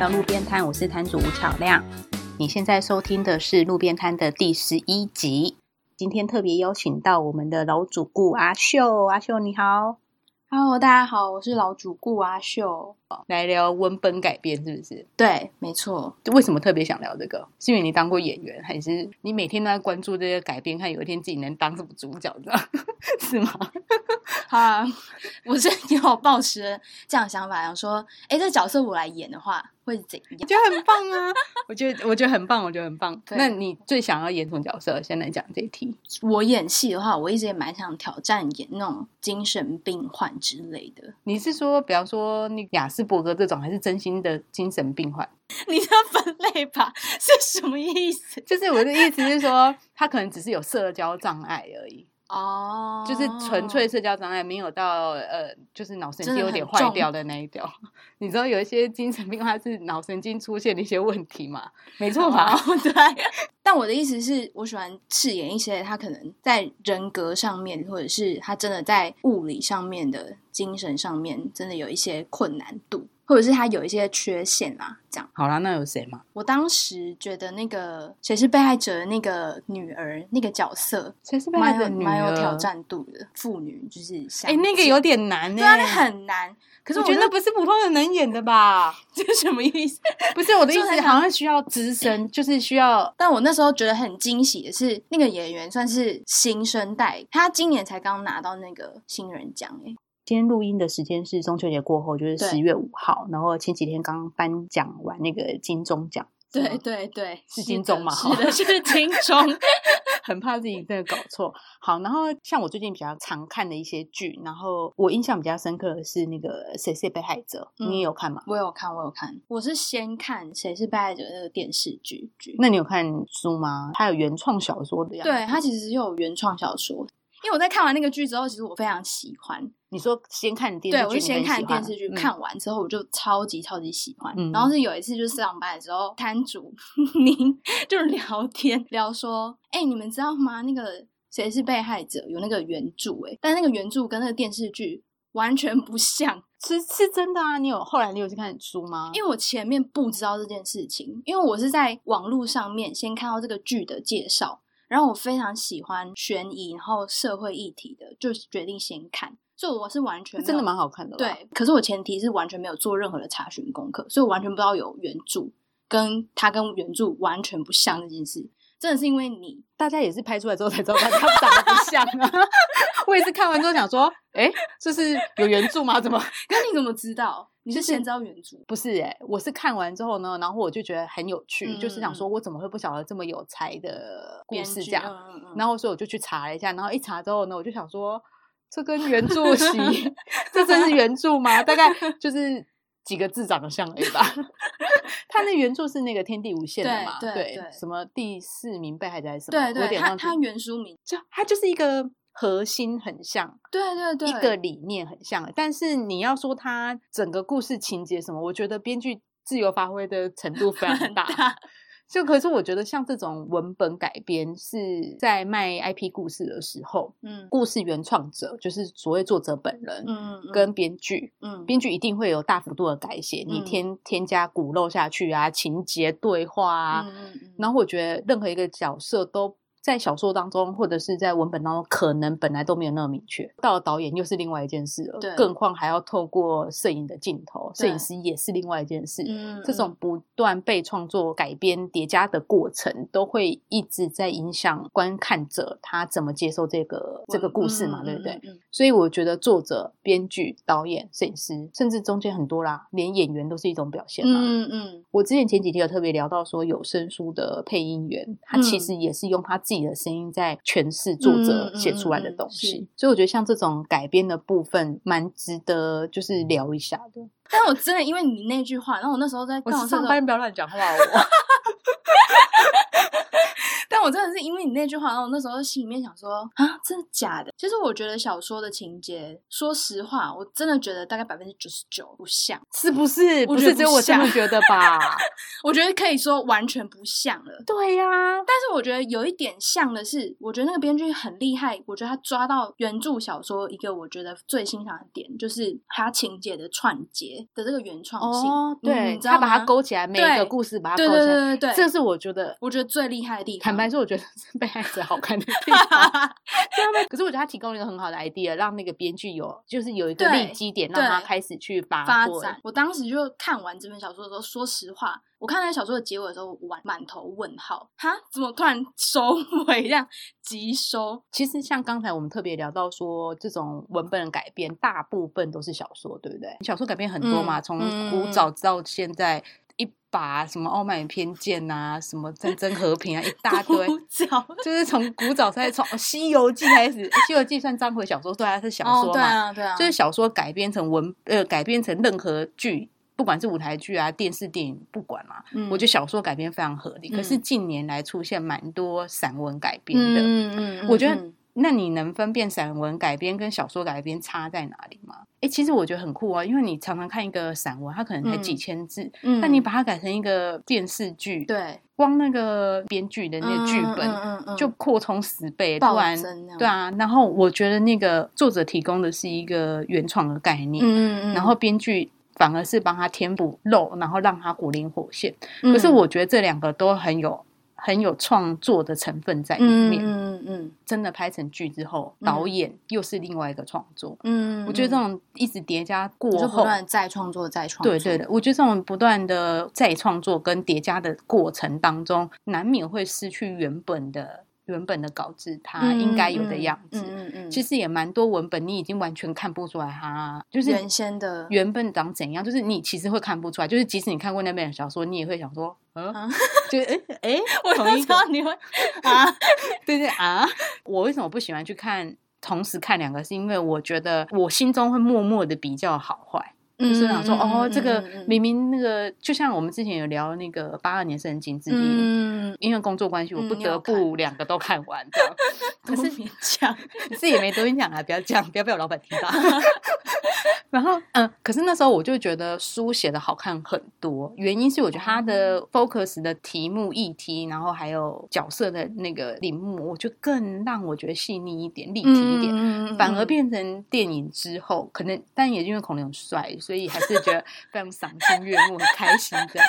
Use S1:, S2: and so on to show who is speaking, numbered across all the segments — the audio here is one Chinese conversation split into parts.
S1: 到路边摊，我是摊主吴巧亮。你现在收听的是路边摊的第十一集。今天特别邀请到我们的老主顾阿秀，阿秀你好，
S2: Hello，大家好，我是老主顾阿秀。
S1: 来聊文本改编是不是？
S2: 对，没错，
S1: 为什么特别想聊这个？是因为你当过演员，还是你每天都在关注这些改编，看有一天自己能当什么主角，这样 是吗？
S2: 啊，我是有抱持这样的想法，想说，哎、这角色我来演的话会怎
S1: 我
S2: 样？
S1: 觉得很棒啊！ 我觉得我觉得很棒，我觉得很棒。
S2: 对
S1: 那你最想要演什么角色？先来讲这一题。
S2: 我演戏的话，我一直也蛮想挑战演那种精神病患之类的。
S1: 你是说，比方说那个雅斯伯格这种，还是真心的精神病患？
S2: 你的分类吧是什么意思？
S1: 就是我的意思是说，他可能只是有社交障碍而已，
S2: 哦
S1: 就是纯粹社交障碍，没有到呃，就是脑神经有点坏掉的那一种。 你知道有一些精神病患是脑神经出现的一些问题 嘛？没错吧？
S2: 哦对。 但我的意思是，我喜欢饰演一些他可能在人格上面，或者是他真的在物理上面的、精神上面，真的有一些困难度，或者是他有一些缺陷啦。这样，
S1: 好啦，那有谁嘛？
S2: 我当时觉得那个谁是被害者的那个女儿那个角色，
S1: 谁是被害
S2: 蛮
S1: 者
S2: 有
S1: 女
S2: 蛮有
S1: 儿？
S2: 挑战度的妇女，就是
S1: 哎、
S2: 哎
S1: 那个有点难欸呢、
S2: 对啊，那很难。可
S1: 可是
S2: 是
S1: 我觉得那
S2: 就
S1: 不是普通人能演的吧？
S2: 这是什么意思？
S1: 不是我的意
S2: 就很
S1: 思，
S2: 难
S1: 好像需要资深，就是需要
S2: 但我那时候觉得很惊喜的是，那个演员算是新生代，他今年才刚拿到那个新人奖哎诶、
S1: 今天录音的时间是中秋节过后，就是
S2: 对
S1: 十月五号，然后前几天刚颁奖完那个金钟奖，是吗
S2: 对对，
S1: 是金钟吗
S2: 是的，是金钟。
S1: 很怕自己真的搞错。好，然后像我最近比较常看的一些剧，然后我印象比较深刻的是那个《谁是被害者》，
S2: 嗯
S1: 你也有看吗？
S2: 我有看，我有看，我是先看《谁是被害者》那个电视剧剧。
S1: 那你有看书吗？它有原创小说的呀。，
S2: 对，它其实又有原创小说。因为我在看完那个剧之后，其实我非常喜欢。
S1: 你说先看电视
S2: 对，
S1: 剧，
S2: 我就先
S1: 你很喜
S2: 看
S1: 欢
S2: 电视剧，
S1: 嗯
S2: 看完之后我就超级超级喜欢。
S1: 嗯
S2: 然后是有一次就是上班的时候，摊主 您就是聊天聊说，哎、你们知道吗？那个谁是被害者有那个原著哎、但那个原著跟那个电视剧完全不像。
S1: 是是真的啊。你有后来你有去看书吗？
S2: 因为我前面不知道这件事情，因为我是在网络上面先看到这个剧的介绍，然后我非常喜欢悬疑，然后社会议题的，就决定先看，所以我是完全没有
S1: 真的蛮好看的吧。
S2: 对，可是我前提是完全没有做任何的查询功课，所以我完全不知道有原著跟它跟原著完全不像这件事。真的是因为你，
S1: 大家也是拍出来之后才知道他他长得不像啊。 我也是看完之后想说，哎、这是有原著吗？怎么
S2: 可是你怎么知道？你是先知道原著？
S1: 不是、欸？哎，我是看完之后呢，然后我就觉得很有趣，
S2: 嗯
S1: 就是想说我怎么会不晓得这么有才的故
S2: 编
S1: 事
S2: 剧
S1: 这样？
S2: 嗯嗯嗯
S1: 然后所以我就去查了一下，然后一查之后呢，我就想说，这跟原 著比，这真是原著吗？大概就是几个字长得像而已吧。他那原著是那个《天地无限》的
S2: 对
S1: 嘛？
S2: 对对
S1: 什么第四名被害者还是什么？
S2: 对
S1: 我有
S2: 对，
S1: 点
S2: 它
S1: 忘记
S2: 它原书名，
S1: 就它就是一个核心很像，
S2: 对对对，
S1: 一个理念很像，但是你要说它整个故事情节什么，我觉得编剧自由发挥的程度非常
S2: 很
S1: 大。就可是我觉得像这种文本改编是在卖 IP 故事的时候，
S2: 嗯
S1: 故事原创者就是所谓作者本人。
S2: 嗯嗯
S1: 跟编剧，
S2: 嗯
S1: 编剧一定会有大幅度的改写，你
S2: 嗯
S1: 添添加骨肉下去啊，情节对话啊，
S2: 嗯嗯嗯
S1: 然后我觉得任何一个角色都在小说当中，或者是在文本当中，可能本来都没有那么明确。到了导演又是另外一件事了
S2: 对，
S1: 更况还要透过摄影的镜头，摄
S2: 对
S1: 影师也是另外一件事。
S2: 嗯
S1: 这种不断被创作、改编、叠加的过程，都会一直在影响观看者他怎么接受这个这个故事嘛，对不对？？
S2: 嗯嗯嗯嗯嗯
S1: 所以我觉得作者、编剧、导演、摄影师，甚至中间很多啦，连演员都是一种表现嘛。
S2: 嗯嗯嗯，
S1: 我之前前几天有特别聊到说，有声书的配音员，他其实也是用他自己的声音在诠释作者
S2: 嗯嗯嗯
S1: 写出来的
S2: 嗯嗯
S1: 东西，
S2: 是
S1: 所以我觉得像这种改编的部分，蛮值得就是聊一下的。
S2: 但我真的因为你那句话，然后我那时候在
S1: 我
S2: 看
S1: 是
S2: 完这
S1: 上
S2: 个
S1: 班不要乱讲话哦，
S2: 但我我真的是因为你那句话，然后我那时候心里面想说啊，真的假的？其实我觉得小说的情节，说实话，我真的觉得大概百分之九十九不像，
S1: 是不是？
S2: 我
S1: 不
S2: 觉
S1: 是
S2: 得
S1: 只
S2: 不
S1: 有我这么
S2: 像
S1: 觉得吧？
S2: 我觉得可以说完全不像了。
S1: 对呀、
S2: 但是我觉得有一点像的是，我觉得那个编剧很厉害，我觉得他抓到原著小说一个我觉得最欣赏的点，就是他情节的串接的这个原创性。
S1: 哦，
S2: 嗯
S1: 对，
S2: 你知道
S1: 他把它
S2: 吗
S1: 勾起来，每一个
S2: 对
S1: 故事把它
S2: 对
S1: 勾
S2: 对
S1: 起来，
S2: 对对对，
S1: 这是我觉得。
S2: 我觉得最厉害的地方。
S1: 坦白说，我觉得是被害者好看的地 方。可是我觉得他提供了一个很好的 idea，让那个编剧有就是有一个
S2: 对
S1: 立基点，让他
S2: 对
S1: 开始去发
S2: 发
S1: 挥
S2: 展。我当时就看完这本小说的时候，说实话，我看那个小说的结尾的时候，我满满头问号，哈，怎么突然收尾这样急收？
S1: 其实像刚才我们特别聊到说，这种文本改编大部分都是小说，对不对？小说改编很多嘛，
S2: 嗯
S1: 从
S2: 嗯
S1: 古
S2: 嗯
S1: 早到现在，一把什么《傲慢与偏见》呐，什么《战争和平》啊，一大堆。
S2: 鼓掌
S1: 就是从古早开始，从《哦西游记》开始，《西游记》算章回小说，对啊，是小
S2: 哦，
S1: 说
S2: 对
S1: 嘛，
S2: 啊，对啊，
S1: 就是小说改编成文，呃，改编成任何剧，不管是舞台剧啊、电视电影，不管啦、
S2: 嗯
S1: 我觉得小说改编非常合理。可是
S2: 嗯
S1: 近年来出现蛮多散文改编的，
S2: 嗯嗯嗯
S1: 我觉得
S2: 嗯
S1: 那你能分辨散文改编跟小说改编差在哪里吗？哎、其实我觉得很酷啊，因为你常常看一个散文，它可能才几
S2: 嗯
S1: 千字，
S2: 嗯
S1: 但你把它改成一个电视剧，，
S2: 对
S1: 光那个编剧的那个剧本。
S2: 嗯嗯
S1: 就扩充十倍，
S2: 暴
S1: 突然
S2: 增那样
S1: 对啊，然后我觉得那个作者提供的是一个原创的概念，
S2: 嗯嗯，
S1: 然后编剧反而是帮他填补漏，然后让他活灵活现。
S2: 嗯
S1: 可是我觉得这两个都很有很有创作的成分在里
S2: 嗯
S1: 面。
S2: 嗯嗯嗯
S1: 真的拍成剧之后，导
S2: 嗯
S1: 演又是另外一个创作。
S2: 嗯，
S1: 我觉得这种一直叠加过
S2: 就不
S1: 后，
S2: 断地再创作再创作，
S1: 对对的，我觉得这种不断的再创作跟叠加的过程当中，难免会失去原本的原本的稿子它
S2: 嗯，
S1: 应该有的
S2: 嗯
S1: 样子。
S2: 嗯嗯嗯，
S1: 其实也蛮多文本，你已经完全看不出来它就是
S2: 原先的
S1: 原本长怎样，就是你其实会看不出来，就是即使你看过那本小说，你也会想说，嗯，
S2: 啊
S1: 就哎哎，诶
S2: 我
S1: 同
S2: 就
S1: 一
S2: 知
S1: 个
S2: 道你会啊，
S1: 对对啊，我为什么不喜欢去看？同时看两个，是因为我觉得我心中会默默的比较好坏，就是想
S2: 嗯
S1: 说，哦，这个明明那个，就像我们之前有聊那个八二年生人金之一，
S2: 嗯，
S1: 因为工作关系，我
S2: 嗯
S1: 不
S2: 你
S1: 得
S2: 有看
S1: 不两个都看完 这样。可
S2: 可是
S1: 是
S2: 勉强，
S1: 自己也没多讲啊，不要这样，不要被我老板听到。 然后，嗯，可是那时候我就觉得书写的好看很多，原因是我觉得他的 focus 的题目、议题，然后还有角色的那个领目，我就更让我觉得细腻一
S2: 嗯
S1: 点、立体一点。
S2: 点
S1: 反而变成电影之后，可能但也因为孔刘很帅，所以还是觉得非常赏心悦目、很开心这样。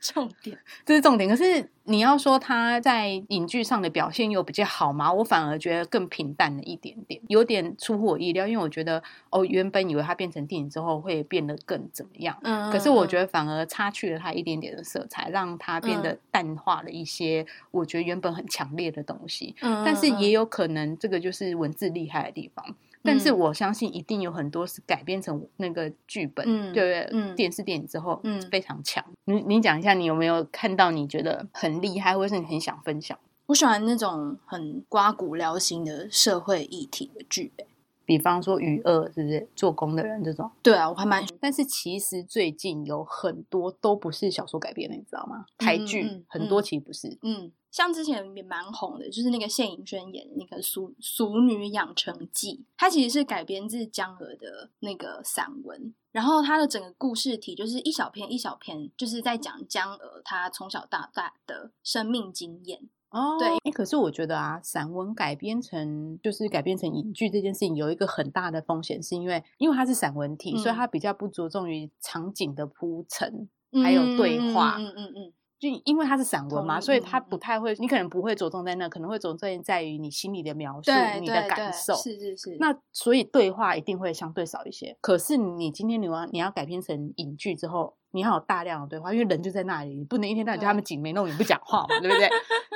S2: 重点，
S1: 这是重点。可是你要说他在影剧上的表现有比较好吗？我反而觉得更平淡了一点点，有点出乎我意料。因为我觉得哦，原本以为它变成电影之后会变得更怎么样，
S2: 嗯
S1: 可是我觉
S2: 得
S1: 得反而擦去了它一点点的色彩，让它变
S2: 嗯
S1: 得淡化了一些我觉得原本很强烈的东西。
S2: 嗯
S1: 但是也有可能这个就是文字厉害的地方。但是
S2: 嗯
S1: 我相信一定有很多是改编成那个剧本，
S2: 嗯
S1: 对不对？
S2: 嗯
S1: 电视电影之后，
S2: 嗯
S1: 非常强。你你讲一下，你有没有看到你觉得很厉害，或者是你很想分享？
S2: 我喜欢那种很刮骨疗心的社会议题的剧欸本。
S1: 比方说余二，是不是做工的人这种？
S2: 对啊，我还蛮
S1: 但是其实最近有很多都不是小说改编的，你知道吗？台剧、
S2: 嗯嗯
S1: 很多
S2: 嗯
S1: 其实不是。
S2: 嗯，像之前也蛮红的，就是那个谢颖轩演的那个《俗俗女养成记》，它其实是改编自江娥的那个散文。然后它的整个故事体就是一小篇一小篇，就是在讲江娥她从小到大的生命经验。
S1: 哦
S2: 对
S1: 哎，可是我觉得啊，散文改编成就是改编成影剧这件事情，有一个很大的风险，是因为因为它是散文体，所以
S2: 嗯
S1: 它比较不着重于场景的铺陈，还有对话
S2: 嗯嗯嗯嗯嗯
S1: 就因为它是散文嘛，
S2: 同意
S1: 所以它
S2: 嗯嗯
S1: 不太会，你可能不会着重在那，可能会着重在于你心里的描述、
S2: 对
S1: 你的
S2: 对
S1: 感
S2: 对
S1: 受。
S2: 是是是。
S1: 那所以对话一定会相对少一些。可是你今天你要你要改编成影剧之后，你要有大量的对话，因为人就在那里，你不能一天到晚叫他们紧眉弄眼不讲话嘛，对不 对？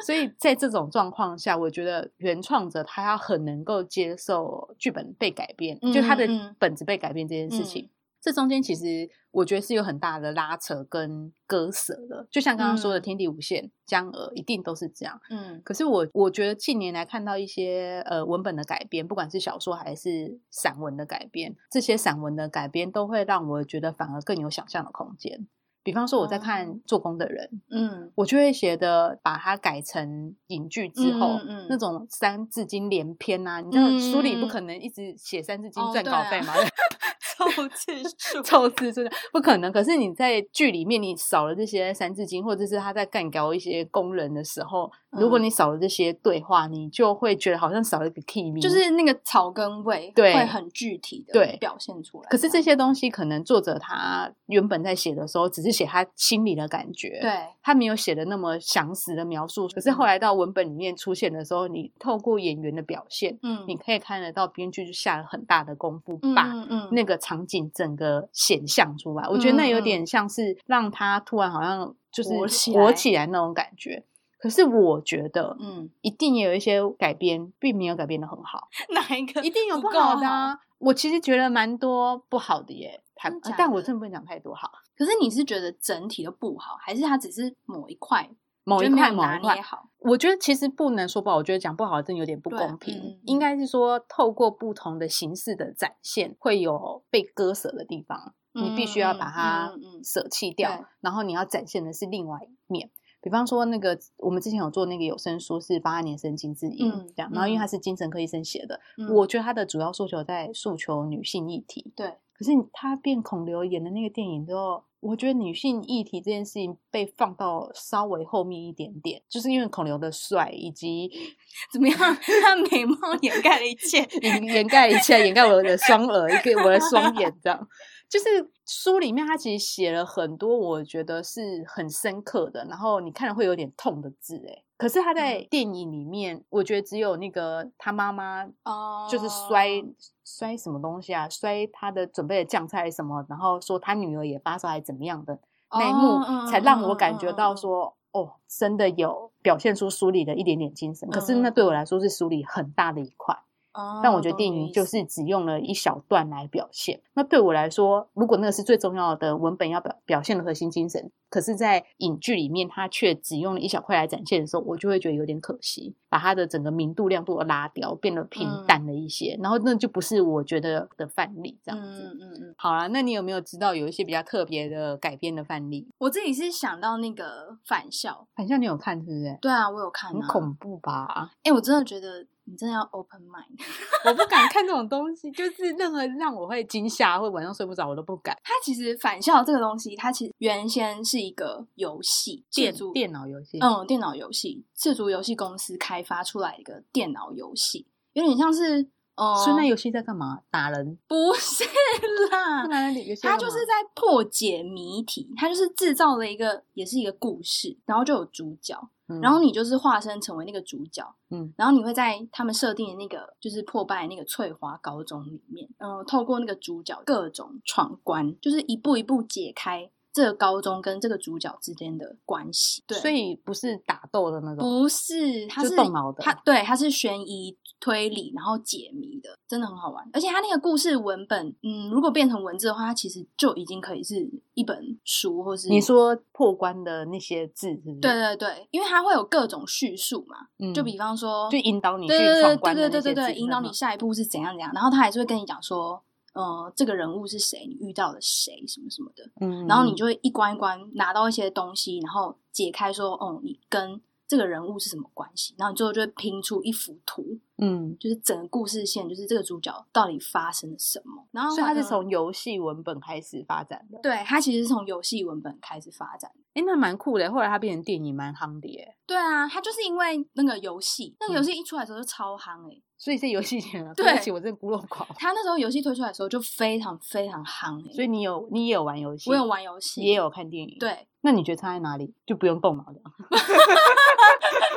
S1: 所以在这种状况下，我觉得原创者他要很能够接受剧本被改编，就他的
S2: 嗯嗯嗯
S1: 本子被改编这件事情。这中间其实我觉得是有很大的拉扯跟割舍的，就像刚刚说的《
S2: 嗯
S1: 天地无限》《江娥》，一定都是这样。
S2: 嗯
S1: 可是我我觉得近年来看到一些呃文本的改编，不管是小说还是散文的改编，这些散文的改编都会让我觉得反而更有想象的空间。比方说我在看《做工的人》
S2: 嗯，
S1: 我就会觉得把它改成影剧之后，
S2: 嗯嗯嗯
S1: 那种三字经连篇啊，你知道
S2: 嗯
S1: 书里
S2: 嗯
S1: 不
S2: 嗯
S1: 可能一直写三字经
S2: 哦
S1: 赚
S2: 对
S1: 稿
S2: 啊
S1: 费嘛，
S2: 凑字数
S1: 凑字真的不可能。可是你在剧里面，你少了这些三字经，或者是他在干搞一些工人的时候，如果
S2: 嗯
S1: 你少了这些对话，你就会觉得好像少了一个 key 名。
S2: 就是那个草根味，
S1: 对
S2: 会很具体的
S1: 对
S2: 表现出来。
S1: 可是这些东西，可能作者他原本在写的时候，只是写他心里的感觉，，
S2: 对，
S1: 他没有写的那么详实的描述。可是
S2: 嗯
S1: 后来到文本里面出现的时候，你透过演员的表现，
S2: 嗯，
S1: 你可以看得到编剧就下了很大的功夫，
S2: 嗯
S1: 把
S2: 嗯嗯
S1: 那个场景整个显像出来。我觉得那有点像是让他突然好像就是
S2: 火嗯起来
S1: 火起来那种感觉。可是我觉得
S2: 嗯
S1: 一定也有一些改编，并没有改编的很 好，
S2: 哪一个
S1: 一定有
S2: 不
S1: 不
S2: 够
S1: 好的、啊。我其实觉得蛮多不好的耶，谈
S2: 真的假的
S1: 但我真的不能讲太多好，
S2: 可是你是觉得整体都不好，还是它只是某一块
S1: 某一
S2: 你觉得没
S1: 块
S2: 有
S1: 某
S2: 拿
S1: 一块
S2: 捏，好？
S1: 我觉得其实不能说不好，我觉得讲不好真的有点不
S2: 对
S1: 公
S2: 嗯
S1: 平
S2: 嗯。
S1: 应该是说，透过不同的形式的展现，会有被割舍的地方，你必须要把它
S2: 嗯嗯嗯嗯
S1: 舍弃掉，
S2: 对
S1: 然后你要展现的是另外一面。比方说，那个我们之前有做那个有声书是八二年生金智英
S2: 嗯
S1: 这样，然后因为
S2: 嗯
S1: 他是精神科医生写的，
S2: 嗯
S1: 我觉得他的主要诉求在诉求女性议题。
S2: 对，
S1: 可是他变孔刘演的那个电影之后，我觉得女性议题这件事情被放到稍微后面一点点，就是因为孔刘的帅以及
S2: 怎么样？ 它美貌掩盖了一切。
S1: 掩掩盖一切，掩盖我的双耳，一个我的双 眼，这样。就是书里面他其实写了很多，我觉得是很深刻的，然后你看了会有点痛的字，哎。可是他在
S2: 嗯
S1: 电影里面，我觉得只有那个他妈妈
S2: 哦
S1: 就是摔摔什么东西啊，摔他的准备的酱菜什么，然后说他女儿也发烧还怎么样的那一
S2: 哦嗯
S1: 幕，才让我
S2: 嗯
S1: 感觉
S2: 嗯嗯
S1: 到说，哦，真的有表现出书里的一点点精神。可是那
S2: 嗯
S1: 对我来说是书里很大的一块，
S2: 哦
S1: 但我觉得
S2: 懂
S1: 电
S2: 你的
S1: 影
S2: 意
S1: 就
S2: 思
S1: 是只用了一小段来表现。那对我来说，如果那个是最重要的文本要表表现的核心精神，可是，在影剧里面它却只用了一小块来展现的时候，我就会觉得有点可惜，把它的整个明度亮度都拉掉，变得平
S2: 嗯
S1: 淡了一些。然后那就不是我觉得的范例这样子。
S2: 嗯嗯嗯，
S1: 好啦，那你有没有知道有一些比较特别的改编的范例？
S2: 我自己是想到那个返校，
S1: 好像你有看是不是？
S2: 对啊，我有看、啊，
S1: 很恐怖吧？
S2: 哎、我真的觉得你真的要 open mind。
S1: 我不敢看这种东西，就是任何让我会惊吓、会晚上睡不着，我都不敢。
S2: 它其实返校这个东西，它其实原先是一个游戏，自
S1: 电
S2: 主
S1: 电脑游戏，
S2: 嗯，电脑游戏，自主游戏公司开发出来一个电脑游戏，有点像是呃，
S1: 所以那游戏在干嘛？打人？
S2: 不是啦
S1: 不，然那游戏
S2: 它就是在破解谜题，它就是制造了一个，也是一个故事，然后就有主角，
S1: 在
S2: 然后你就是化身成为那个主角，
S1: 嗯，
S2: 然后你会在他们设定的那个就是破败那个翠华高中里面，嗯、透过那个主角各种闯关，就是一步一步解开这个高中跟这个主角之间的关系。对，
S1: 所以不是打斗的那种，
S2: 不是，它
S1: 就是动脑的
S2: 它对，它是悬疑推理，然后解谜的，真的很好玩。而且它那个故事文本，嗯，如果变成文字的话，它其实就已经可以是一本书，或是
S1: 你。说破关的那些字是不是？
S2: 对，对对，因为它会有各种叙述嘛，
S1: 嗯
S2: 就比方说，
S1: 就引导你去
S2: 对对对
S1: 闯
S2: 对
S1: 关的
S2: 对
S1: 那
S2: 对
S1: 些
S2: 对对，
S1: 字
S2: 引导你下一步是怎样怎样，然后他还是会跟你讲说，呃，这个人物是谁，你遇到了谁，什么什么的，
S1: 嗯，
S2: 然后你就会一关一关拿到一些东西，然后解开说，哦，你跟这个人物是什么关系，然后你最后就会拼出一幅图，
S1: 嗯，
S2: 就是整个故事线，就是这个主角到底发生了什么，然后
S1: 所以它是
S2: 呢
S1: 从游戏文本开始发展的。
S2: 对他其实是从游戏文本开始发展的。
S1: 哎，那蛮酷的。后来它变成电影，蛮夯的耶。
S2: 对啊，他就是因为那个游戏，那个游
S1: 嗯
S2: 戏一出来的时候就超夯哎、
S1: 所以这游戏前 啊，
S2: 对
S1: 对不起，我真的孤陋寡闻。
S2: 他那时候游戏推出来的时候就非常非常夯哎、
S1: 所以你有你也有玩游戏，
S2: 我有，玩游戏，
S1: 也有看电影。，
S2: 对，哎
S1: 那你觉得差在哪里？就不用动脑 的，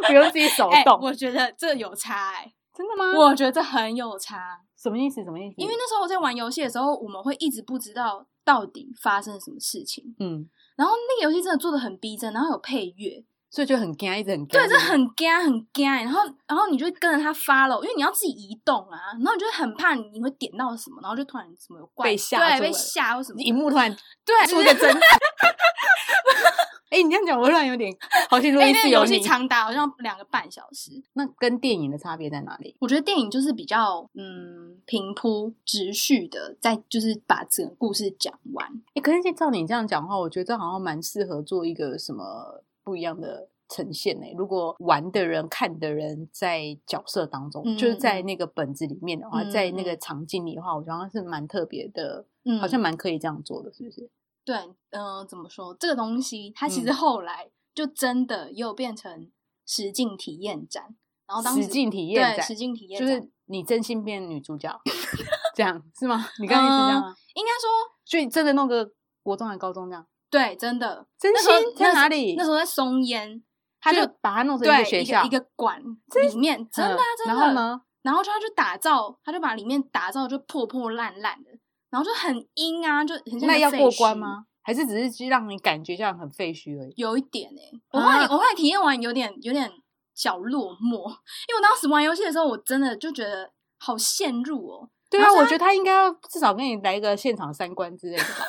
S1: 不用自己手
S2: 哎，
S1: 动。嗯
S2: 我觉得这有差哎、
S1: 真的吗？
S2: 我觉得这很有差，
S1: 什么意思？什么意思？
S2: 因为那时候我在玩游戏的时候，我们会一直不知道到底发生了什么事情，
S1: 嗯，
S2: 然后那个游戏真的做的很逼真，然后有配乐，
S1: 所以就很干，一直很
S2: 对，
S1: 干
S2: 这很干很干，欸然后然后你就会跟着它发了，因为你要自己移动啊，然后你就会很怕你会点到什么，然后就突然什么有怪
S1: 被吓
S2: 对，被
S1: 住了
S2: 吓或什么的，
S1: 荧幕突然
S2: 对，
S1: 出
S2: 就
S1: 一个
S2: 是
S1: 真。哎、你这样讲，我突然有点好心如
S2: 哎、
S1: 意
S2: 那
S1: 是
S2: 个游
S1: 有
S2: 戏
S1: 你。
S2: 长达好像两个半小时。
S1: 那跟电影的差别在哪里？
S2: 我觉得电影就是比较嗯平铺直叙的，在就是把整个故事讲完。
S1: 哎、可是照你这样讲的话，我觉得好像蛮适合做一个什么不一样的呈现呢、如果玩的人、看的人在角色当中，就是
S2: 嗯
S1: 在
S2: 嗯
S1: 那个本子里面的话，
S2: 嗯
S1: 在那
S2: 嗯
S1: 个场景里的话，我觉得好像是蛮特别的，
S2: 嗯，
S1: 好像蛮可以这样做的，是不是？
S2: 对，嗯、怎么说？这个东西它其实
S1: 嗯
S2: 后来就真的又变成实境体验展，然后当时
S1: 实境体验
S2: 对
S1: 展
S2: 实境体验
S1: 就
S2: 展，
S1: 是你真心变女主 角，这样是吗？你刚才是这样吗？
S2: 应该说
S1: 所以真的弄个国中还高中这样，
S2: 对，真的
S1: 真
S2: 那
S1: 心
S2: 时候
S1: 在
S2: 那时
S1: 哪里？
S2: 那时候在松烟，
S1: 他
S2: 就
S1: 就把它弄成
S2: 对
S1: 一个学
S2: 一
S1: 校，
S2: 个一个 馆里面，真的啊、
S1: 嗯
S2: 真的。
S1: 然后？呢？
S2: 然后就他就打造，他就把里面打造就破破烂烂的，然后就很阴啊，就很像
S1: 那
S2: 一个
S1: 要
S2: 废
S1: 过关
S2: 墟？
S1: 吗？还是只是去让你感觉像很废墟而已？
S2: 有一点哎、我后来、
S1: 啊
S2: 我后来体验完有点有点小落寞，因为我当时玩游戏的时候，我真的就觉得好陷入哦。
S1: 对
S2: 然
S1: 啊，
S2: 后
S1: 我觉得他应该要至少跟你来一个现场三观之类的 吧，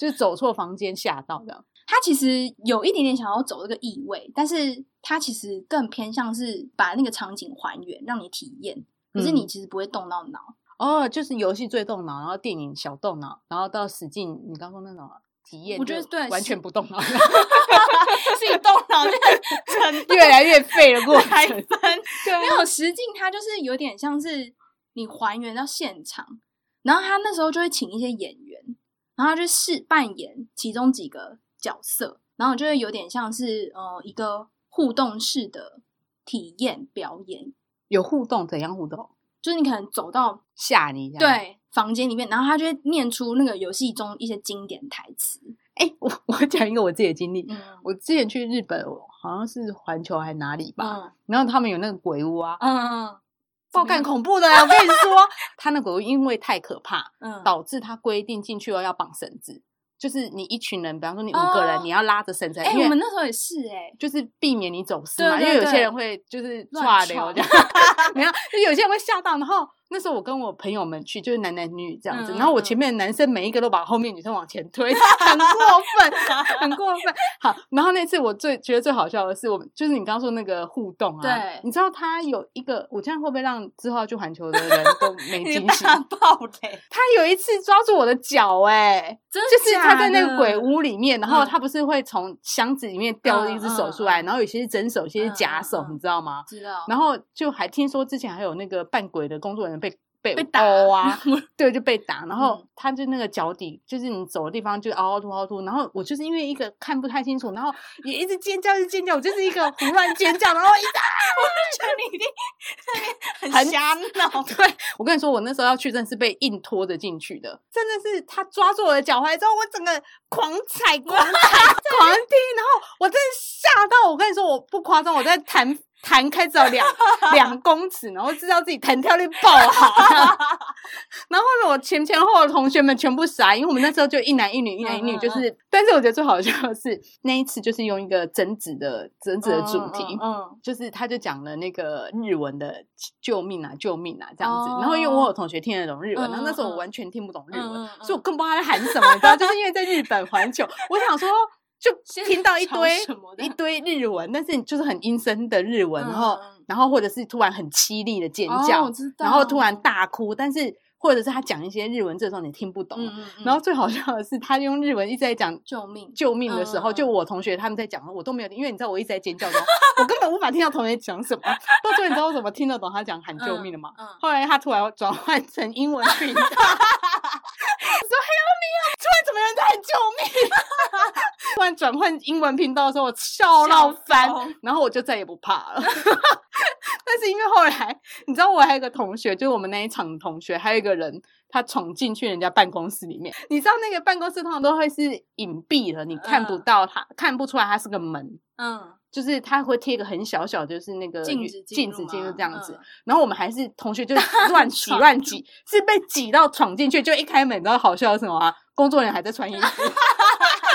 S1: 就是走错房间吓到这样。
S2: 他其实有一点点想要走这个意味，但是他其实更偏向是把那个场景还原，让你体验。可是你
S1: 嗯
S2: 其实不会动到脑，
S1: 哦，就是游戏最动脑，然后电影小动脑，然后到使劲，你刚说那种体验，
S2: 我觉得对
S1: 完
S2: 是
S1: 全不动脑，
S2: 是你动 脑那个
S1: 越来越废了过
S2: 才
S1: 程。
S2: 分。
S1: 对啊
S2: 没有实境，它就是有点像是你还原到现场，然后他那时候就会请一些演员，然后他就试扮演其中几个角色，然后就会有点像是呃一个互动式的体验表演，
S1: 有互动，怎样互动？
S2: 就是你可能走到
S1: 吓你这样？对，
S2: 对房间里面，然后他就会念出那个游戏中一些经典台词，
S1: 哎，我 我讲一个我自己的经历，
S2: 嗯
S1: 我之前去日本，我好像是环球还哪里吧，
S2: 嗯
S1: 然后他们有那个鬼屋啊，
S2: 嗯
S1: 爆干恐怖的啊！我跟你说， 他那鬼屋因为太可怕，
S2: 嗯，
S1: 导致他规定进去后要绑绳子，就是你一群人，比方说你五个人，
S2: 哦
S1: 你要拉着绳子，
S2: 哎、
S1: 因为
S2: 我们那时候也是哎、
S1: 就是避免你走失
S2: 对
S1: 嘛，因为
S2: 对
S1: 有些
S2: 对
S1: 人会就是
S2: 乱
S1: 跨流
S2: 闯
S1: 这样，没有，就有些人会吓到。然后那时候我跟我朋友们去，就是男男女女这样子，
S2: 嗯
S1: 然后我
S2: 嗯
S1: 前面的男生每一个都把后面女生往前推， 很过分，啊很过分。好，然后那次我最觉得最好笑的是，我们就是你刚刚说那个互动啊，
S2: 对
S1: 你知道他有一个，我这样会不会让之后要去环球的人 都没
S2: 你
S1: 惊喜？
S2: 大爆雷，
S1: 他有一次抓住我的脚、哎。
S2: 真的
S1: 就是他
S2: 假
S1: 在那
S2: 的
S1: 个鬼屋里面，然后
S2: 嗯
S1: 他不是会从箱子里面掉一只手出来，
S2: 嗯嗯嗯
S1: 然后有些是真手，有些是假手，
S2: 嗯嗯嗯
S1: 你知道吗？
S2: 知道，
S1: 然后就还听说之前还有那个扮鬼的工作人员被被
S2: 被
S1: 被
S2: 打
S1: 啊，对，就被打。然后
S2: 嗯
S1: 他就那个脚底，就是你走的地方就凹凹凸凹凸。然后我就是因为一个看不太清楚，然后也一直尖叫，一直尖叫，我就是一个胡乱尖叫，然后一直
S2: 觉得你一定很
S1: 很
S2: 瞎闹。
S1: 对，我跟你说，我那时候要去，真的是被硬拖着进去的，真的是他抓住我的脚踝之后，我整个狂踩、狂踩、狂踢，然后我真的吓到，我跟你说，我不夸张，我在弹弹开至少两两公尺，然后知道自己弹跳力爆好。然后呢，我前前后后的同学们全部傻，因为我们那时候就一男一女，一男一女，就是。但是我觉得最好笑的是那一次，就是用一个贞子的贞子的主题，
S2: 嗯，
S1: 就是他就讲了那个日文的救命啊，救命啊这样子。
S2: 哦
S1: 然后因为我有同学听得懂日文，
S2: 嗯
S1: 然后那时候我
S2: 嗯嗯
S1: 完全听不懂日文，
S2: 嗯嗯嗯
S1: 所以我更不知道他在喊什么，你知道？就是因为在日本环球，我想说就
S2: 先
S1: 听到一
S2: 吵
S1: 堆
S2: 什么的
S1: 一堆日文，但是就是很阴森的日文，
S2: 嗯
S1: 然后
S2: 嗯嗯
S1: 然后或者是突然很凄厉的尖
S2: 哦
S1: 叫，
S2: 我知道
S1: 然后突然大哭，但是或者是他讲一些日文，这时候你听不懂。
S2: 嗯嗯嗯，
S1: 然后最好笑的是，他用日文一直在讲
S2: 救命，
S1: 救命的时候，
S2: 嗯
S1: 就我同学他们在讲，我都没有，因为你知道我一直在尖叫中，我根本无法听到同学讲什么。到最后你知道我怎么听得懂他讲喊救命的吗？
S2: 嗯，
S1: 后来他突然转换成英文频道，说 “Help me 啊！”突然怎么有人在喊救命？突然转换英文频道的时候，我笑到翻
S2: 笑到，
S1: 然后我就再也不怕了。 但是因为后来，你知道我还有一个同学，就是我们那一场的同学，还有一个人，他闯进去人家办公室里面。你知道那个办公室通常都会是隐蔽的，你看不
S2: 嗯
S1: 到他，看不出来他是个门，
S2: 嗯，
S1: 就是他会贴一个很小小，就是那个
S2: 禁止
S1: 禁
S2: 入
S1: 止进入
S2: 吗
S1: 这样子。，
S2: 嗯
S1: 然后我们还是同学就乱挤
S2: 闯
S1: 乱挤，是被挤到闯进去，就一开门，你知道好笑的是什么啊？工作人员还在穿衣服， 还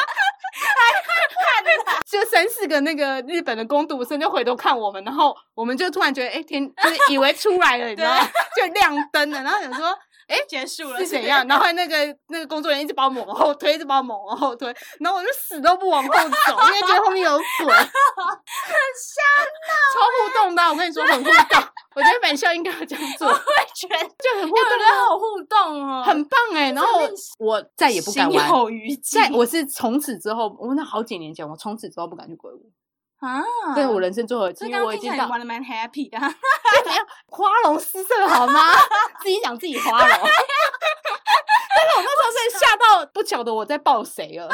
S1: 看就三四个那个日本的工读生就回头看我们，然后我们就突然觉得，哎、天，就是以为出来了，你知道吗？就亮灯了，然后想说。
S3: 哎，结束了
S1: 是怎样？？然后那个那个工作人员一直把我们往后推，一直把我们往后推，然后我就死都不往后走，因为觉得后面有鬼， 很瞎闹，超互动的啊。我跟你说，很互动。我觉得本校应该要这样做，
S3: 会觉得
S1: 就很
S3: 我
S1: 互
S3: 觉
S1: 动
S3: 得
S1: 啊，
S3: 好互动哦，
S1: 很棒哎、然后
S3: 真的
S1: 我再也不敢玩
S3: 心。有余悸。
S1: 在我是从此之后，我那好几年前，我从此之后不敢去鬼屋。
S3: 啊，
S1: 对我人生最后一次，
S3: 所以
S1: 因
S3: 刚
S1: 为
S3: 刚
S1: 我已
S3: 听起
S1: 经
S3: 来
S1: 到
S3: 你玩的蛮 happy 的啊，
S1: 花容失色好吗？ 自己讲自己花容。但是
S3: 啊
S1: 我那时候真的吓到，不晓得我在抱谁了，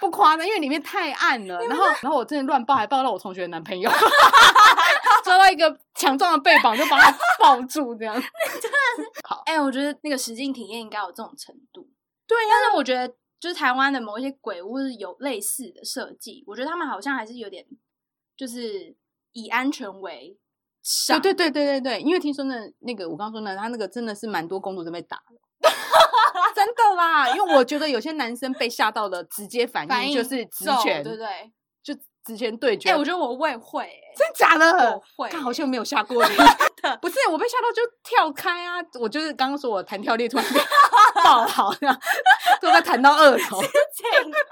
S1: 不夸张，因为里面太暗了。然后，然后我真的乱抱，还抱到我同学的男朋友， 抓到一个强壮的背膀就把他抱住，这 样。
S2: 哎、我觉得那个实境体验应该有这种程度。
S1: 对
S2: 但是我觉得，就是台湾的某一些鬼屋是有类似的设计，我觉得他们好像还是有点，就是以安全为上。
S1: 对对对对对对，因为听说那那个我刚刚说呢，他那个真的是蛮多公主在被打的。 真的啦，因为我觉得有些男生被吓到的直接反
S3: 反
S1: 应
S3: 应
S1: 就是直
S3: 揍
S1: 拳，
S3: 对不对？
S1: 就直拳对决。
S3: 哎，我觉得我胃会欸，
S1: 真假的？
S3: 我会
S1: 看好像没有吓 过你。不是我被吓到就跳开啊！我就是刚刚说我弹跳力突然被爆好，这样都快弹到二 楼。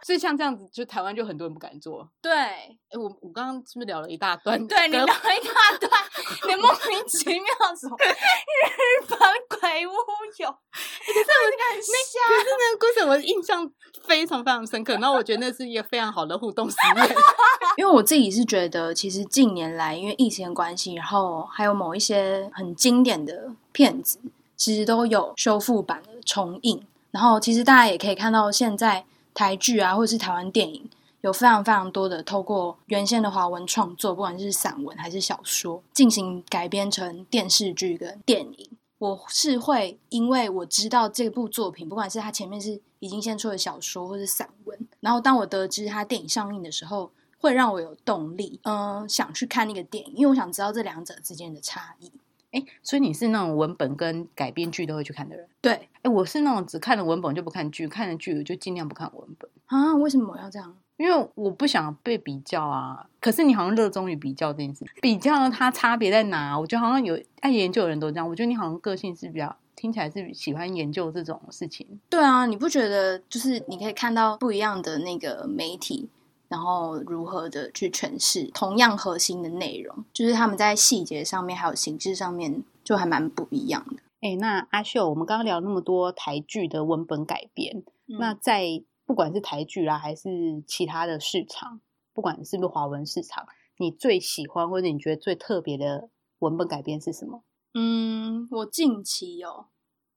S1: 所以像这样子，就台湾就很多人不敢做。
S2: 对
S1: 哎，我我刚刚是不是聊了一大段？
S3: 对你聊
S1: 跟
S3: 一大段，你莫名其妙什 么日本鬼屋有，
S1: 哎
S3: 你这么敢
S1: 可
S3: 瞎？
S1: 是那个故事我印象非常非常深刻，然后我觉得那是一个非常好的互动实验。
S2: 因为我自己是觉得，其实近年来因为疫情的关系，然后还有某一些很经典的片子，其实都有修复版的重映。然后其实大家也可以看到，现在台剧啊，或者是台湾电影，有非常非常多的透过原先的华文创作，不管是散文还是小说，进行改编成电视剧跟电影。我是会因为我知道这部作品，不管是它前面是已经先出的小说或是散文，然后当我得知它电影上映的时候，会让我有动力，嗯、想去看那个电影，因为我想知道这两者之间的差异。
S1: 哎、所以你是那种文本跟改编剧都会去看的人？
S2: 对
S1: 哎、我是那种只看了文本就不看剧，看了剧我就尽量不看文本。
S2: 啊，为什么我要这样？
S1: 因为我不想被比较啊，可是你好像热衷于比较这件事，比较它差别在哪？我觉得好像有爱研究的人都这样，我觉得你好像个性是比较听起来是喜欢研究这种事情，
S2: 对啊，你不觉得就是你可以看到不一样的那个媒体，然后如何的去诠释同样核心的内容，就是他们在细节上面还有形式上面就还蛮不一样的。
S1: 哎、那阿秀，我们刚刚聊那么多台剧的文本改编，那
S2: 嗯
S1: 在不管是台剧啦，还是其他的市场，不管是不是华文市场，你最喜欢或者你觉得最特别的文本改编是什么？
S2: 嗯，我近期有、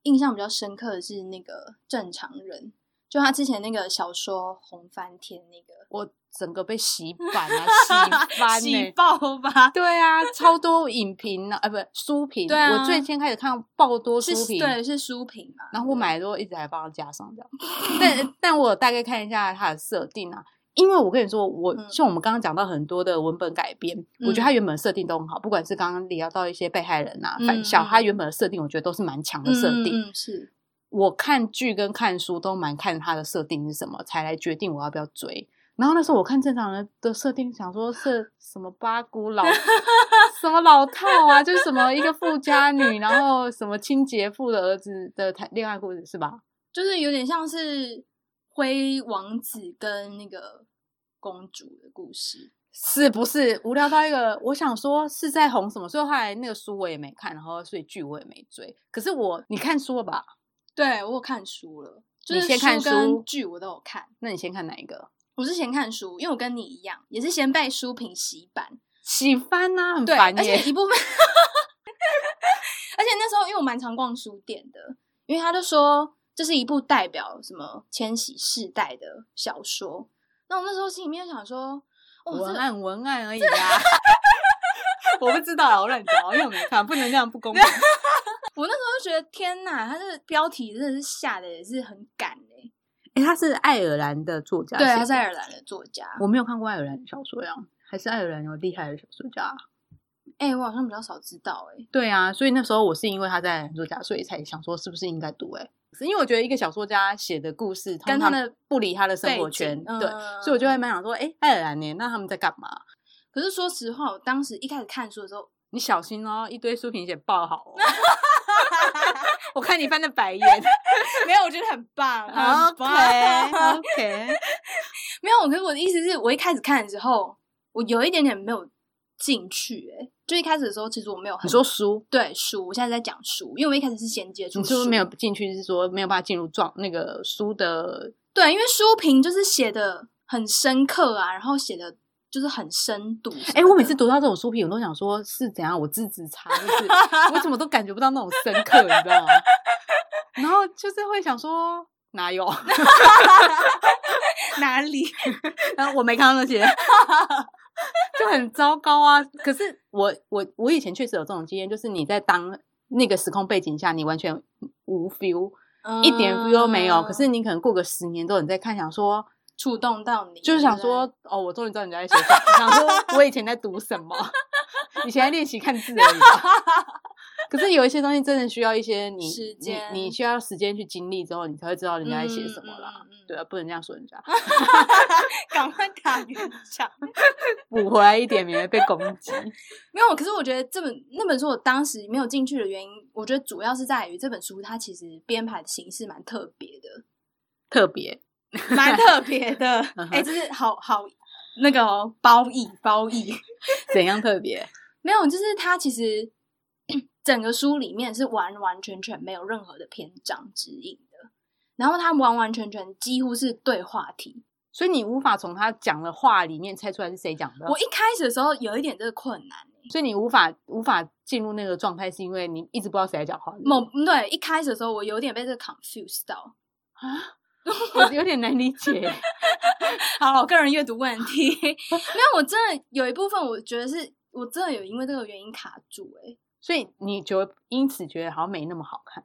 S2: 印象比较深刻的是那个正常人，就他之前那个小说《红翻天》那个，
S1: 我整个被洗版 啊，洗翻、欸，
S3: 喜爆吧！
S1: 对啊，超多影评呢，啊，不书评。
S2: 对啊
S1: 我最先开始看爆多
S2: 是
S1: 书评，
S2: 对，是书评嘛？
S1: 然后我买的时候一直还帮他加上这样。但但我有大概看一下它的设定啊，因为我跟你说，我、
S2: 嗯
S1: 像我们刚刚讲到很多的文本改编，我觉得它原本的设定都很好，不管是刚刚聊到一些被害人啊、
S2: 嗯
S1: 返校，它
S2: 嗯
S1: 原本的设定我觉得都是蛮强的设定。
S2: 嗯嗯嗯是
S1: 我看剧跟看书都蛮看它的设定是什么，才来决定我要不要追。然后那时候我看正常人的设定，想说是什么八股 老什么老套啊，就是什么一个富家女，然后什么清洁妇的儿子的谈恋爱故事是吧？
S2: 就是有点像是灰王子跟那个公主的故事。
S1: 是不是无聊到一个？我想说是在红什么，所以后来那个书我也没看，然后所以剧我也没追。可是我你看书了吧？
S2: 对我有看书了，就
S1: 你
S2: 是
S1: 先看书
S2: 跟剧我都有看。
S1: 那你先看哪一个？
S2: 我是先看书，因为我跟你一样，也是先被书评洗版。
S1: 喜欢呐、很
S2: 对，
S1: 烦
S2: 而
S1: 耶
S2: 且。一部分， 而且那时候因为我蛮常逛书店的，因为他就说这是一部代表什么千禧世代的小说。那我那时候心里面就想说，哦，这
S1: 文
S2: 个
S1: 案文案而已啦。 我不知道啊，我乱讲，因为我没看，不能这样不 公平。
S2: 我那时候就觉得天哪，他这个标题真的是下的也是很赶哎、
S1: 哎、他是爱尔兰的作家
S2: 对，
S1: 写
S2: 他是
S1: 的
S2: 爱尔兰的作家。
S1: 我没有看过爱尔兰的小说呀，还是爱尔兰有厉害的小说家啊。
S2: 哎、我好像比较少知道哎、
S1: 对啊，所以那时候我是因为他在爱尔兰作家，所以才想说是不是应该读、欸。哎，是因为我觉得一个小说家写的故事，
S2: 跟
S1: 他
S2: 他的
S1: 不离他的生
S2: 背
S1: 活
S2: 景
S1: 圈，
S2: 嗯
S1: 对，所以我就会蛮想说，哎、爱尔兰呢，那他们在干嘛？
S2: 可是说实话，我当时一开始看书的时候，
S1: 你小心哦，一堆书评写爆好哦。 我看你翻的白眼。
S3: 没有，我觉得很棒， 很
S1: OK
S3: 棒。
S1: OK，
S2: 没有，可是我的意思是我一开始看的时候，我有一点点没有进去、欸，哎，就一开始的时候，其实我没有 很
S1: 你说书，
S2: 对书，我现在在讲书，因为我一开始是先接触
S1: 你
S2: 书，
S1: 是不是没有进去？是说没有办法进入状那个书的？
S2: 对，因为书评就是写的很深刻啊，然后写的就是很深度什么的。
S1: 哎、我每次读到这种书评，我都想说是怎样，我字字差，就是我怎么都感觉不到那种深刻，你知道吗？然后就是会想说哪有？
S3: 哪里？
S1: 然后我没看到那些，就很糟糕啊。可是我我我以前确实有这种经验，就是你在当那个时空背景下，你完全无 feel，、一点 feel 都没有。可是
S2: 嗯
S1: 你可能过个十年之后，你再看，想说
S2: 触动到你，
S1: 就是想
S2: 对啊不对
S1: 说，哦，我终于知道你在写什么，想 说我以前在读什么， 以前在练习看字而已吧。可是有一些东西真的需要一些你
S2: 时
S1: 你
S2: 间
S1: 你需要时间去经历之后，你才会知道人家在写什么啦。
S2: 嗯嗯嗯嗯
S1: 对啊，不能这样说人家，
S3: 赶快打圆场。
S1: 补回来一点，免得被攻击。
S2: 没有，可是我觉得这本那本书我当时没有进去的原因，我觉得主要是在于这本书它其实编排的形式蛮特别的，
S1: 特别，
S3: 蛮特别的
S1: 嗯哼。
S3: 哎、这是好好那个哦褒义褒义，
S1: 怎样特别？
S2: 没有，就是它其实 整个书里面是完完全全没有任何的篇章指引的，然后它完完全全几乎是对话题。
S1: 所以你无法从他讲的话里面猜出来是谁讲的，
S2: 我一开始的时候有一点这个困难，
S1: 所以你无法无法进入那个状态，是因为你一直不知道谁在讲话。
S2: 某嗯对一开始的时候我有点被这个 confuse 到。
S1: 我有点难理解，
S2: 好了，我个人阅读问题， 因为我真的有一部分我觉得是我真的有因为这个原因卡住、欸，
S1: 所以你觉得因此觉得好像没那么好看，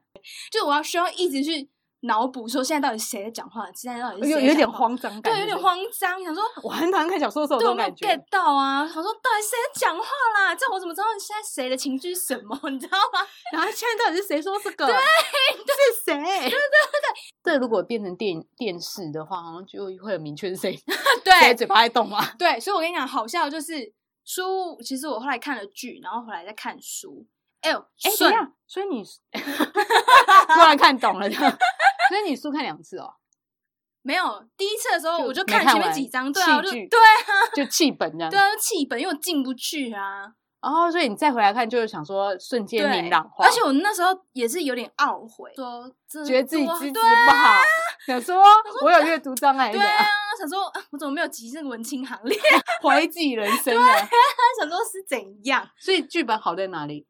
S2: 就我要需要一直去脑补说现在到底谁在讲话，现在到底是谁
S1: 有
S2: 在
S1: 有点
S2: 讲话，
S1: 慌张感，
S2: 对，有点。慌张，想说
S1: 我很讨厌看小说的时候有
S2: 对
S1: 这
S2: 我
S1: 种
S2: 没有
S1: 感觉
S2: get，到啊！想说到底谁在讲话啦？这样我怎么知道你现在谁的情绪是什么？ 你知道吗？
S1: 然后现在到底是谁说这个？对， 是 谁？对对对。这如果变成电电视的话，好像就会很明确是谁谁
S2: 对
S1: 嘴巴在动嘛。
S2: 对，所以我跟你讲，好笑的就是书，其实我后来看了剧，然后回来再看书。哎呦，
S1: 哎，等
S2: 顺
S1: 一下，所以你 突然看懂了，这样。所以你书看两次哦。
S2: 没有第一次的时候
S1: 就
S2: 哦我就
S1: 没
S2: 看
S1: 看
S2: 前面
S1: 完
S2: 几章，对啊，我
S1: 弃
S2: 就
S1: 剧
S2: 对啊，
S1: 就气本这样。
S2: 对啊，气本，因为我进不去啊，
S1: 哦，所以你再回来看，就是想说瞬间
S2: 对
S1: 明朗，化，
S2: 而且我那时候也是有点懊悔，说这
S1: 觉得自己
S2: 多
S1: 资质
S2: 对啊
S1: 不好， 想说我有阅读障碍，
S2: 对啊，想说啊我怎么没有集这个文青行列？
S1: 怀疑自己人生啊。
S2: 想说是怎样？
S1: 所以剧本好在哪里？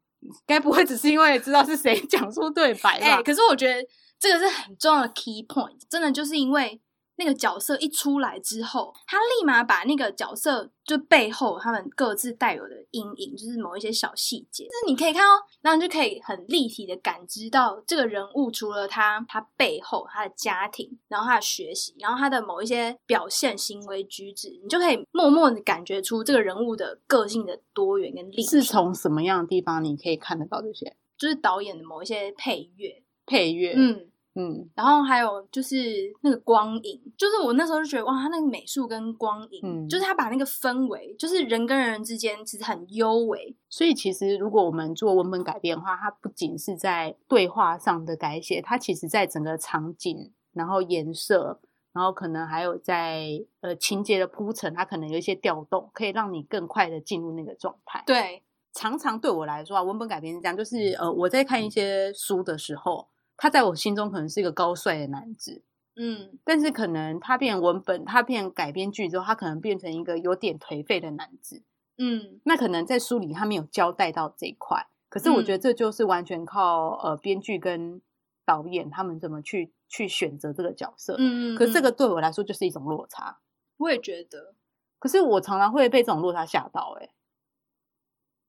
S1: 该不会只是因为知道是谁 讲出对白
S2: 哎、
S1: 吧？
S2: 可是我觉得这个是很重要的 key point，真的就是因为那个角色一出来之后，他立马把那个角色就背后他们各自带有的阴影，就是某一些小细节，就是你可以看到，然后你就可以很立体的感知到这个人物除了他他背后他的家庭，然后他的学习，然后他的某一些表现、行为举止，你就可以默默的感觉出这个人物的个性的多元跟立体，
S1: 是从什么样的地方你可以看得到这些
S2: 就是导演的某一些配乐，
S1: 配乐？
S2: 嗯。
S1: 嗯
S2: 然后还有就是那个光影，就是我那时候就觉得哇，他那个美术跟光影，
S1: 嗯
S2: 就是他把那个氛围，就是人跟人之间其实很幽微，
S1: 所以其实如果我们做文本改编的话，它不仅是在对话上的改写，它其实在整个场景，然后颜色，然后可能还有在呃情节的铺陈，它可能有一些调动，可以让你更快的进入那个状态。
S2: 对，
S1: 常常对我来说啊，文本改编是这样，就是
S2: 嗯
S1: 呃，我在看一些书的时候，他在我心中可能是一个高帅的男子，
S2: 嗯，
S1: 但是可能他变文本，他变改编剧之后，他可能变成一个有点颓废的男子。
S2: 嗯，
S1: 那可能在书里他没有交代到这一块，可是我
S2: 嗯
S1: 觉得这就是完全靠呃编剧跟导演他们怎么去去选择这个角色。
S2: 嗯，嗯
S1: 可是这个
S2: 嗯
S1: 对我来说就是一种落差，
S2: 我也觉得，
S1: 可是我常常会被这种落差吓到、欸。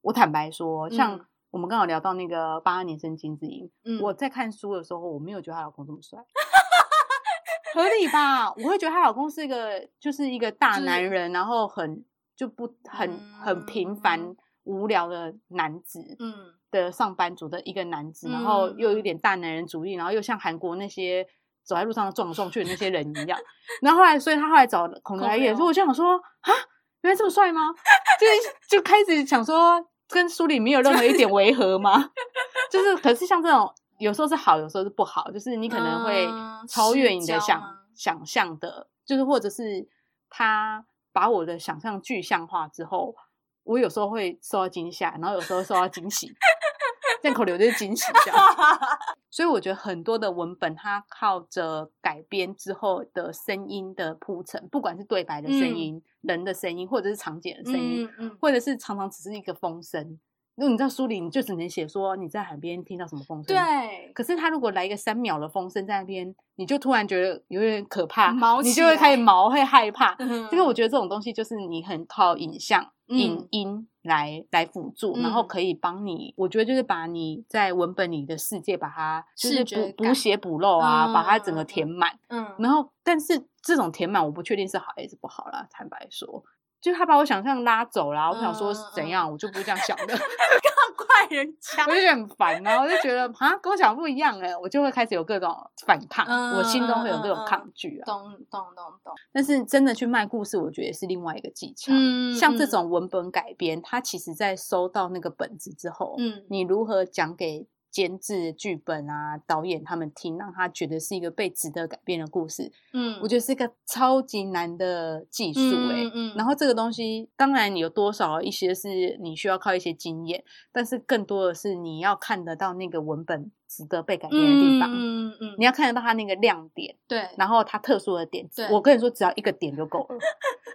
S1: 我坦白说，像
S2: 嗯
S1: 我们刚好聊到那个八二年生金智英，
S2: 嗯，
S1: 我在看书的时候，我没有觉得她老公这么帅，合理吧？我会觉得她老公是一个就是一个大
S2: 就是
S1: 男人，然后很就不很很平凡
S2: 嗯
S1: 无聊的男子
S2: 嗯，
S1: 的上班族的一个男子，然后又有
S2: 嗯
S1: 点大男人主义，然后又像韩国那些走在路上撞来撞去的那些人一样。然后后来，所以他后来找孔德来演，
S2: 孔刘
S1: 所以我就想说啊，原来这么帅吗？就是就开始想说。跟书里没有任何一点违和吗？ 就是，可是像这种有时候是好，有时候是不好，就是你可能会
S2: 嗯
S1: 超越你
S2: 失
S1: 的
S2: 焦
S1: 想、
S2: 吗
S1: 想象的，就是或者是他把我的想象具象化之后，我有时候会受到惊吓，然后有时候受到惊喜，这样口流就是惊喜这样。 所以我觉得很多的文本，它靠着改编之后的声音的铺陈，不管是对白的声
S2: 嗯
S1: 音、人的声音，或者是场景的声音，啊
S2: 嗯嗯，
S1: 或者是常常只是一个风声。如果你知道书里，你就只能写说你在海边听到什么风声。。
S2: 对，啊
S1: 可是他如果来一个三秒的风声在那边，你就突然觉得有点可怕，
S2: 毛
S1: 你
S2: 起
S1: 就会开始
S2: 来
S1: 毛，会害怕。
S2: 嗯
S1: 这个我觉得这种东西就是你很靠影像、影
S2: 嗯
S1: 音来来辅助，然后
S2: 嗯
S1: 可以帮你，我觉得就是把你在文本里的世界把它就
S2: 视
S1: 是
S2: 觉
S1: 补补
S2: 感
S1: 血补漏啊，把它整
S2: 嗯
S1: 个
S2: 嗯
S1: 填满。
S2: 嗯
S1: 然后，但是这种填满，我不确定是好还是不好啦。坦白说，就是他把我想象拉走啦。我想说是
S2: 嗯嗯
S1: 怎
S2: 嗯
S1: 样，我就不是这样想的，
S2: 怪人家
S1: 我就觉得很烦然后我就觉得啊，跟我想的不一样哎、我就会开始有各种反抗，
S2: 嗯
S1: 我心中会有各种抗拒啊。
S2: 懂懂懂懂，
S1: 但是真的去卖故事，我觉得也是另外一个技巧。
S2: 嗯
S1: 像这，种文本改编，它其实在收到那个本子之后，
S2: 嗯
S1: 你如何讲给监制、剧本啊、导演他们听，让他觉得是一个被值得改编的故事，
S2: 嗯，
S1: 我觉得是一个超级难的技术
S2: 嗯
S1: 哎、
S2: 嗯嗯
S1: 然后这个东西，当然你有多少一些是你需要靠一些经验，但是更多的是你要看得到那个文本值得被改变的地方，
S2: 嗯嗯嗯嗯，
S1: 你要看得到它那个亮点，
S2: 对，
S1: 然后它特殊的点
S2: 对。
S1: 我跟你说，只要一个点就够 了。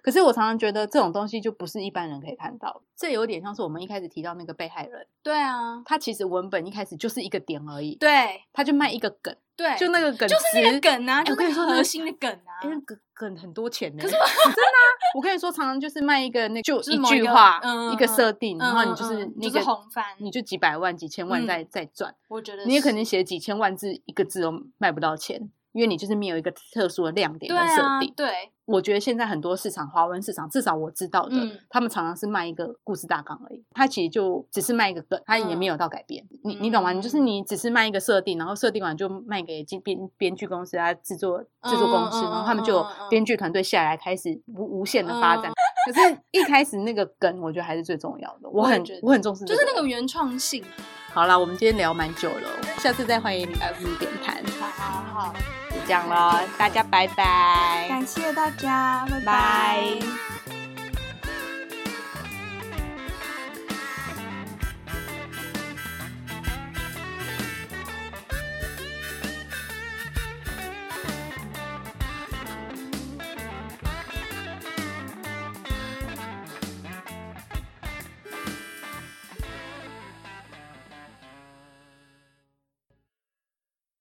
S1: 可是我常常觉得这种东西就不是一般人可以看到的，这有点像是我们一开始提到那个被害人，
S2: 对啊，
S1: 他其实文本一开始就是一个点而已，
S2: 对
S1: 他就卖一个梗，
S2: 对，
S1: 就那个梗
S2: 就是那
S1: 值
S2: 个梗啊，
S1: 哎
S2: 就
S1: 我跟
S2: 那
S1: 你
S2: 个
S1: 说
S2: 核
S1: 那
S2: 心的梗啊
S1: 哎，，那梗梗很多钱 呢、可是真的啊，我跟你说，常常就是卖一个那就
S2: 就是
S1: 一
S2: 某一
S1: 句
S2: 个
S1: 话，
S2: 嗯
S1: 一个
S2: 嗯
S1: 设定，然后你就是
S2: 嗯嗯嗯
S1: 那
S2: 就是
S1: 个
S2: 红番
S1: 你就几百万、几千万
S2: 嗯
S1: 在在赚，
S2: 我觉得
S1: 你也可
S2: 是
S1: 能写几千万字，一个字都卖不到钱。因为你就是没有一个特殊的亮点
S2: 对
S1: 跟设
S2: 啊
S1: 定，
S2: 对，
S1: 我觉得现在很多市场，华文市场，至少我知道的，
S2: 嗯
S1: 他们常常是卖一个故事大纲而已，它其实就只是卖一个梗，它也没有到改编。你你懂吗？你就是
S2: 嗯
S1: 你只是卖一个设定，然后设定完就卖给经编编剧公司啊、制作制作公司，
S2: 嗯嗯
S1: 然后他们就有
S2: 嗯嗯嗯
S1: 编剧团队下来开始无无限的发
S2: 嗯
S1: 展。可是，一开始那个梗，我觉得还是最重要的。我
S2: 我也
S1: 很
S2: 觉得
S1: 我很重视、
S2: 就是那个。原创性，
S1: 好啦，我们今天聊蛮久了，下次再欢迎你来我们点谈，
S2: 好好好，
S1: 就这样咯，大家拜拜
S2: 感谢大家，拜
S1: 拜
S2: 拜